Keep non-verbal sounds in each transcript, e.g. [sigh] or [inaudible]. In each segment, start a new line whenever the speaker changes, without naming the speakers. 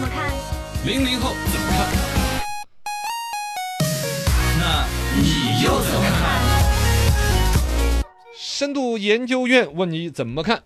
么看？
零零后怎么看？那你又怎么看？
深度研究院问你怎么看？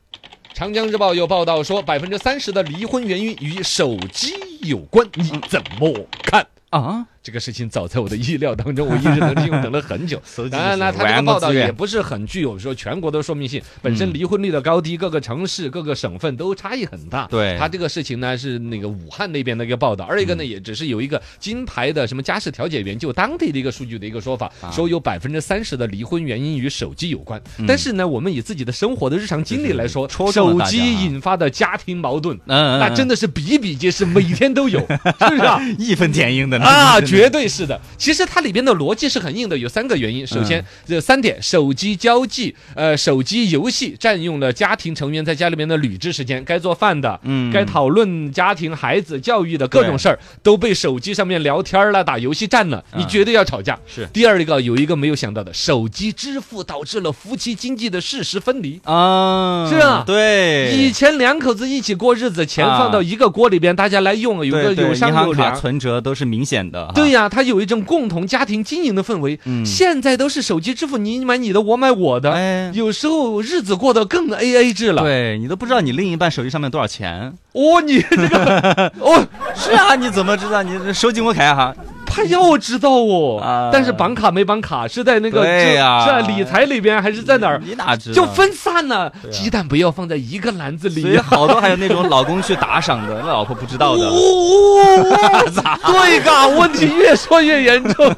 长江日报有报道说，百分之三十的离婚原因与手机有关，你怎么看？
啊，
这个事情早在我的意料当中，我一直能听，等了很久。
手机
当然了，
是
他这个
玩
报
过
道
资源嗯
也不是很具有说全国的说明性，本身离婚率的高低，各个城市、各个省份都差异很大。
对嗯
他这个事情呢是那个武汉那边的一个报道，二一个呢也只是有一个金牌的什么家事调解员就当地的一个数据的一个说法，
啊
说有百分之三十的离婚原因与手机有关。
嗯
但是呢，我们以自己的生活的日常经历来说，
戳中了
手
大家
机
啊
引发的家庭矛盾，
嗯
那真
的
的是比比皆是，每
[laughs]
天都有，是不是啊？
义愤填膺的 [laughs] 呢
啊，
真的
绝对是的。其实它里边的逻辑是很硬的，有三个原
嗯
因。首先，这三点：手机交际、呃，手机游戏占用了家庭成员在家里面的理智时间，该做饭的，
嗯
该讨论家庭、孩子教育的各种事儿都被手机上面聊天儿啦、打游戏占了，你
嗯
绝对要吵架。
是
第二个有一个没有想到的，手机支付导致了夫妻经济的事实分离。
啊，
是啊
对，
以前两口子一起过日子，钱
啊
放到一个锅里边，大家来用，有个
对对
有商
银行
有
卡、
量。
存折都是明显的，
对
呀，
呀、它有一种共同家庭经营的氛围。
啊嗯
现在都是手机支付，你买你的，我买我的。
哎，
有时候日子过得更 A A 制了。
对你都不知道你另一半手机上面多少钱，
哦，你这
[laughs]
个哦，
是啊，你怎么知道？你这收金我卡哈，
他要知道哦，
啊
但是绑卡没绑卡是在那个
对呀
是啊理财里边还是在哪儿？
你哪知道？
就分啊散了，
对啊
鸡蛋不要放在一个篮子
所以
里。
好多还有那种老公去打赏的，那老婆不知道
哦
的。
[laughs] 哦，
[laughs]
对嘎，问题越说越严重。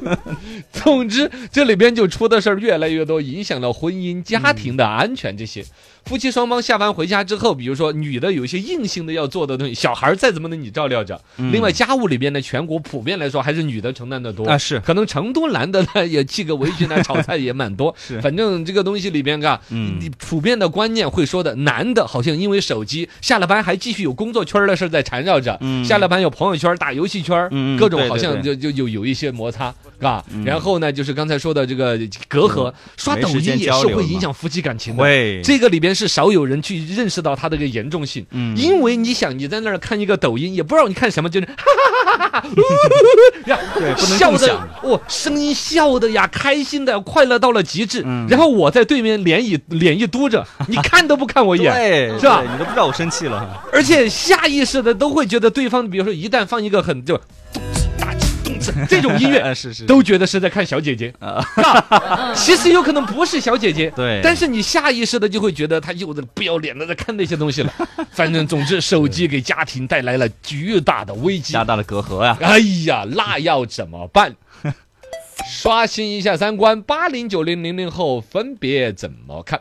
总之，这里边就出的事儿越来越多，影响了婚姻、家庭的安全这
嗯
些。夫妻双方下班回家之后，比如说女的有一些硬性的要做的东西，小孩儿再怎么的你照料着。
嗯
另外，家务里边呢，全国普遍来说还是女的承担的多
啊是
可能成都男的呢也系个围裙呢，炒菜也蛮多。
[laughs] 是
反正这个东西里边嘎，
嗯
你普遍的观念会说的，男的好像因为手机下了班还继续有工作圈儿的事儿在缠绕着，
嗯
下了班有朋友圈儿、打游戏圈儿，
嗯嗯
各种
对
好
对
像就
对嗯
就有有一些摩擦，嘎。然后呢，就是刚才说的这个隔阂，刷
没
抖
时
音
间
也
交
是
流
会
嘛
影响夫妻感情的。
会
这个里边是少有人去认识到它的一个严重性，
嗯
因为你想你在那儿看一个抖音，也不知道你看什么，就是
对不能
[laughs] 笑
共
的
享。
哦，声音笑的呀，开心的，快乐到了极致。
嗯
然后我在对面脸一脸一嘟着，你看都不看我一眼，
对，
哦是吧
对你都不知道我生气了。
而且下意识的都会觉得对方，比如说一旦放一个很就咚哧哒哧咚哧这种音乐，
呃是是，
都觉得是在看小姐姐，
啊
是吧？其实有可能不是小姐姐。
对，
但
是
是你下意识的就会觉得他又在不要脸的在看那些东西了，反正总之手机给家庭带来了巨大的危机
加。大了隔阂呀。
哎呀，那要怎么
[laughs]
办？刷新一下三观，八零、九零、零零后分别怎么看？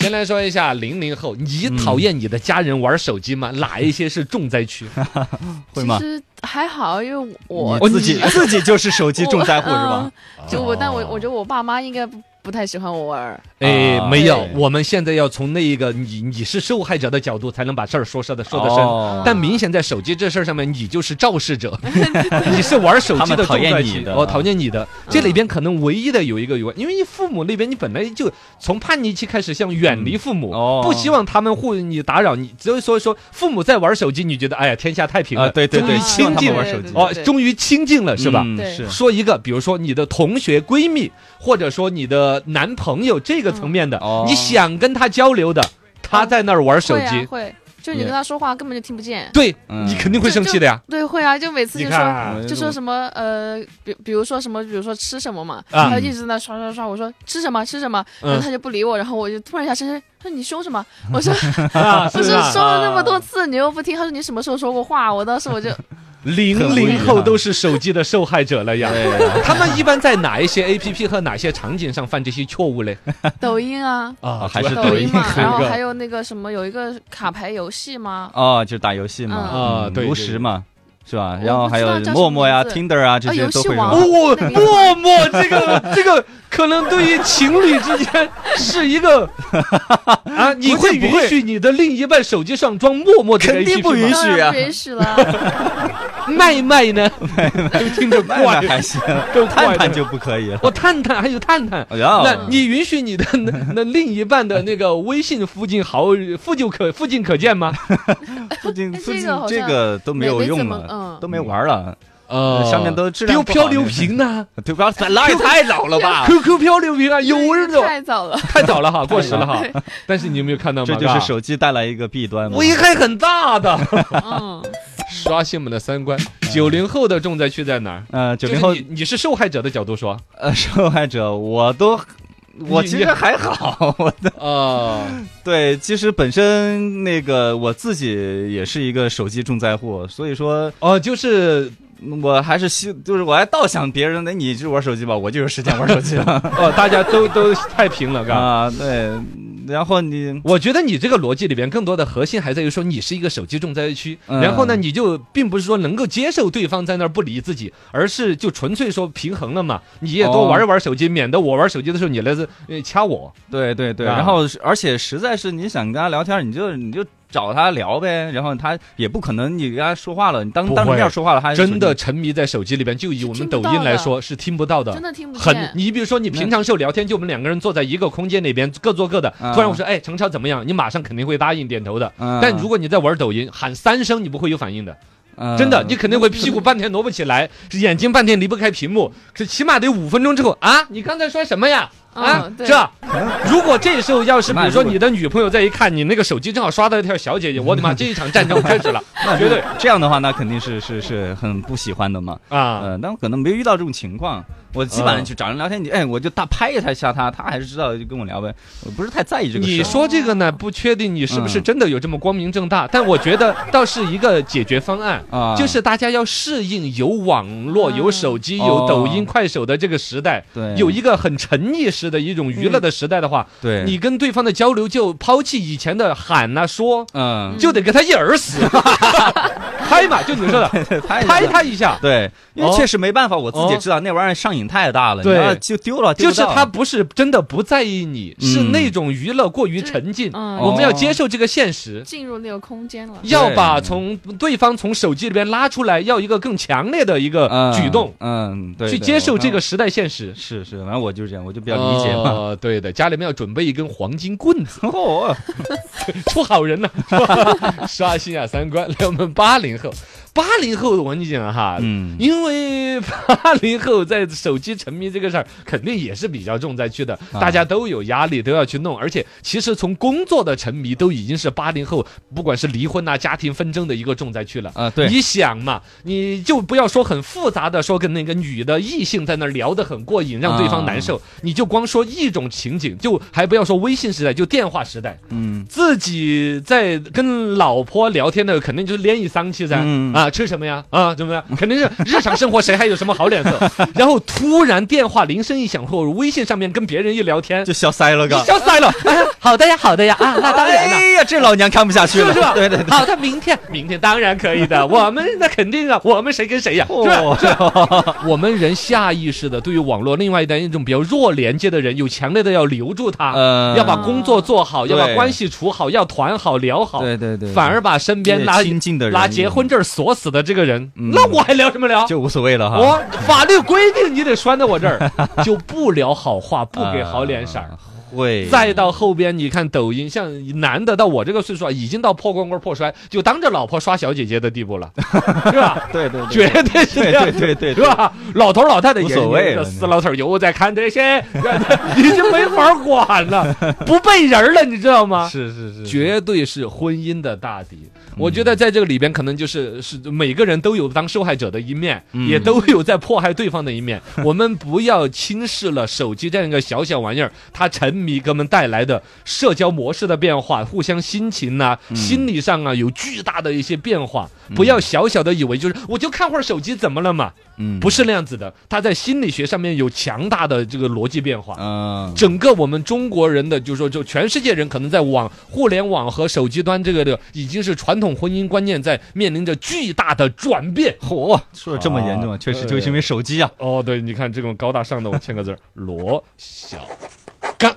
先来说一下零零后，你讨厌你的家人玩手机吗？哪一些是重灾区？
会吗
其实还好，因为我
你
哦
自己自己就是手机重灾户是
吧
吧？？哦
嗯 [laughs] 就我，
啊
但我我觉得我爸妈应该不不太喜欢我玩儿。
哎，
啊
没有，
对
我们现在要从那一个你你是受害者的角度才能把事儿说说的说的深。
啊
哦
但明显在手机这事儿上面，你就是肇事
[laughs]
者，你是玩手机的重
他
灾
们讨厌
区
你，的嗯
我讨厌你的。这里边可能唯一的有一个有，因为你父母那边你本来就从叛逆期开始想远离父母
嗯，哦
不希望他们互你打扰你，所以所以说父母在玩手机，你觉得哎呀天下太平
啊，
了，
对对
终于
对，希望
亲
他
近
们
了
玩手机
对
哦，终于亲近了是吧？
嗯
对
是
说一个，比如说你的同学、闺蜜，或者说你的男朋友这个层面的，
嗯哦
你想跟他交流的，他在那儿玩手
会啊
机，
会，就你跟他说话根本就听不见。
对、
嗯
你肯定会
就
生气的呀。
对，会啊，就每次
你
就说
看
就说什么呃，比比如说什么，比如说吃什么嘛，
啊
嗯
他就一直在那刷刷刷，我说吃什么吃什么，
嗯
然后他就不理我，然后我就突然一下生气，他说你凶
[laughs]
什么？我说
啊，
不是
吧
说了那么多次你又不听，他说你什么时候说过话？我当时我就
零零后都是手机的受害者了呀。
对，啊
他们一般在哪一些 A P P 和哪些场景上犯这些错误嘞？
抖音啊，
啊
还是
抖音嘛，
抖音
然后还有那个什么有一个卡牌游戏嘛，
哦，就是打游戏嘛，
嗯
啊
嗯
对
炉
对
石
对
嘛，是吧？
我
然后
不
还
知
有
道叫什么
陌陌呀、
名字
Tinder 啊这
啊
些
游
都
戏
会
王
玩。
哦，
那个
陌陌这个这个可能对于情侣之间是
[laughs]
一个啊，你
不会
会
不会
允许你的另一半手机上装陌陌这个
肯
APP
定不允
吗
许
当然
啊
不允许了。
[laughs]
麦麦呢？听着怪，
那那还行，
更
探
怪
[laughs] 探
的。
就不可以了。
我探探还有探探。
哎呀
那你允许你的那那另一半的那个微信附近好友附近可附近可见吗？
附近
哎
附
这
近
个好像
这个都没有用
没怎么
了
嗯，
都没玩了，
呃
上面都质量
丢
不好
漂流瓶呢
对吧？咱拉也太早了
[laughs]
吧？
，QQ 漂流瓶啊，有
这
人
个
走，
太早了，
[laughs] 太早了哈，过时了哈。但是你有没有看到吗？
这就是手机带来一个弊端嘛。
危害很大的，
[laughs]
嗯，
刷新我们的三观。九零后的重灾区在哪儿？
呃，嗯九
就
零
是
后
你你是受害者的角度说，
呃受害者，我都我
你
其
你
实还好， [laughs] 我的 [laughs]
呃，
对，其实本身那个我自己也是一个手机重灾户，所以说
哦，就是
我还是希，就是我还倒想别人，那你就玩手机吧，我就有时间玩手机
[laughs]
了
哦，大家都都太平了，嘎。
啊。对，然后你
我觉得你这个逻辑里边更多的核心还在于说你是一个手机重灾区，
嗯
然后呢，你就并不是说能够接受对方在那儿不理自己，而是就纯粹说平衡了嘛，你也多
哦
玩一玩手机，免得我玩手机的时候你来自呃掐我。
对对对，
啊
然后而且实在是你想跟他聊天，你就你就找他聊呗，然后他也不可能你跟他说话了，你当
不会
当着面说话了，他还
真的沉迷在哎手机里边，就以我们抖音来说是听不到的
真。的听不
很，
见。
你比如说，你平常时候聊天，就我们两个人坐在一个空间里边，各做各的。
啊
突然我说，哎，程超怎么样？你马上肯定会答应点头的。
嗯
但如果你在玩抖音，喊三声你不会有反应的，
嗯
真的，你肯定会屁股半天挪不起来，眼睛半天离不开屏幕，这起码得五分钟之后啊！
嗯
你刚才说什么呀？啊
嗯，对
这如果这时候要是比
那
如说
如果
你的女朋友再一看你那个手机正好刷到一条
[laughs]
小姐姐，我的妈，这一场战争开始了
那
绝对
啊这样的话，那肯定是是是很不喜欢的嘛。
啊！
呃，但我可能没遇到这种情况，我基本上去找人聊天，
啊
你哎，我就大拍一下他，他还是知道就跟我聊呗，我不是太在意这个
你
事。
说这个呢，不确定你是不是
嗯
真的有这么光明正大，但我觉得倒是一个解决方案。
啊，
就是大家要适应有网络、有手机、
嗯
有抖音、
哦
快手的这个时代，
对
有一个很沉溺式的一种娱乐的时代的话，
对
你跟对方的交流就抛弃以前的喊呐、说，
嗯，
就得给他一耳
[laughs]
屎，拍嘛，就你说的，
拍
拍他一下。
对，因为
哦
确实没办法，我自己也知道那玩意儿上瘾太大了，你
对
知道就丢了，
就
丢不
是
到
他不是真的不在意你，
嗯
是那种娱乐过于沉浸，
嗯
我们要接受这个现实。
进入那个空间
哦
了，
要把从对方从手机里边拉出来，要一个更强烈的一个
嗯
举动，
嗯，对，
去
对
接受
我
这个时代现实。
是是，反正我就是这样，我就比较理解嘛。
呃，对的，家里面要准备一根黄金棍子，
[laughs] 哦，
出好人呢、 [laughs] 刷新啊三观。 [laughs] 来，我们八零后，八零后我跟你讲哈。
嗯，
因为八零后在手机沉迷这个事儿，肯定也是比较重灾区的，
啊
大家都有压力，都要去弄。而且，其实从工作的沉迷都已经是八零后，不管是离婚呐、家庭纷争的一个重灾区了。
啊，对，
你想嘛，你就不要说很复杂的，说跟那个女的异性在那儿聊得很过瘾，让对方难
啊
受，你就光说一种情景，就还不要说微信时代，就电话时代，
嗯，
自己在跟老婆聊天的，肯定就是连一丧气噻。
嗯
啊，吃什么呀？啊，怎么样？肯定是日常生活，谁还有什么好脸
[laughs]
色？然后突然电话铃声一响后，微信上面跟别人一聊天，
就消塞了
你
个。
消塞了。哎好的呀，好的呀，啊，那当然了。
哎呀，这老娘看不下去
是
了，
不是
[laughs]
吧？
对对对，
好的，明天，明天当然可以的。我们那肯定啊，我们谁跟谁呀、是吧？
哦，
我们人下意识的对于网络另外一端一种比较弱连接的人，有强烈的要留住他，
呃
要把工作做好，要把
对
关系处好，要团好聊好，
对对对，
反而把身边
越
拉
亲近的人
拉结婚证锁死的这个人，
嗯
那我还聊什么聊？
就无啊所谓了哈。
我法律规定你得拴到我这儿， [laughs] 就不聊好话，不给好脸色儿。
啊会
再到后边，你看抖音，像男的到我这个岁数啊，已经到破光棍破摔，就当着老婆刷小姐姐的地步
[laughs]
了，是吧？
对对对
绝对是这
对
样
对
的。
对对
是，吧？老头老太太也
无所谓了
死老头儿又在看这些， [laughs] 已经没法管了，不背人儿了，你知道吗？
是是是，
绝对是婚姻的大敌。
嗯
我觉得在这个里边，可能就是是每个人都有当受害者的一面，
嗯
也都
[laughs]
有在迫害对方的一面。我们不要轻视了手机这样一个小小玩意儿，它沉迷哥们带来的社交模式的变化，互相心情呐、
嗯
心理上啊有巨大的一些变化。不要小小的以为就是我就看会儿手机怎么了嘛，
嗯，
不
是，
是那样子的，他在心理学上面有强大的这个逻辑变化。
嗯，
整个我们中国人的，就是说，就全世界人可能在网、互联网和手机端这个的，已经是传统婚姻观念在面临着巨大的转变。
嚯，说的这么严重，
啊
啊，确实就是因为手机啊。
哦，对，你看这种高大上的，我签个字儿，罗小刚。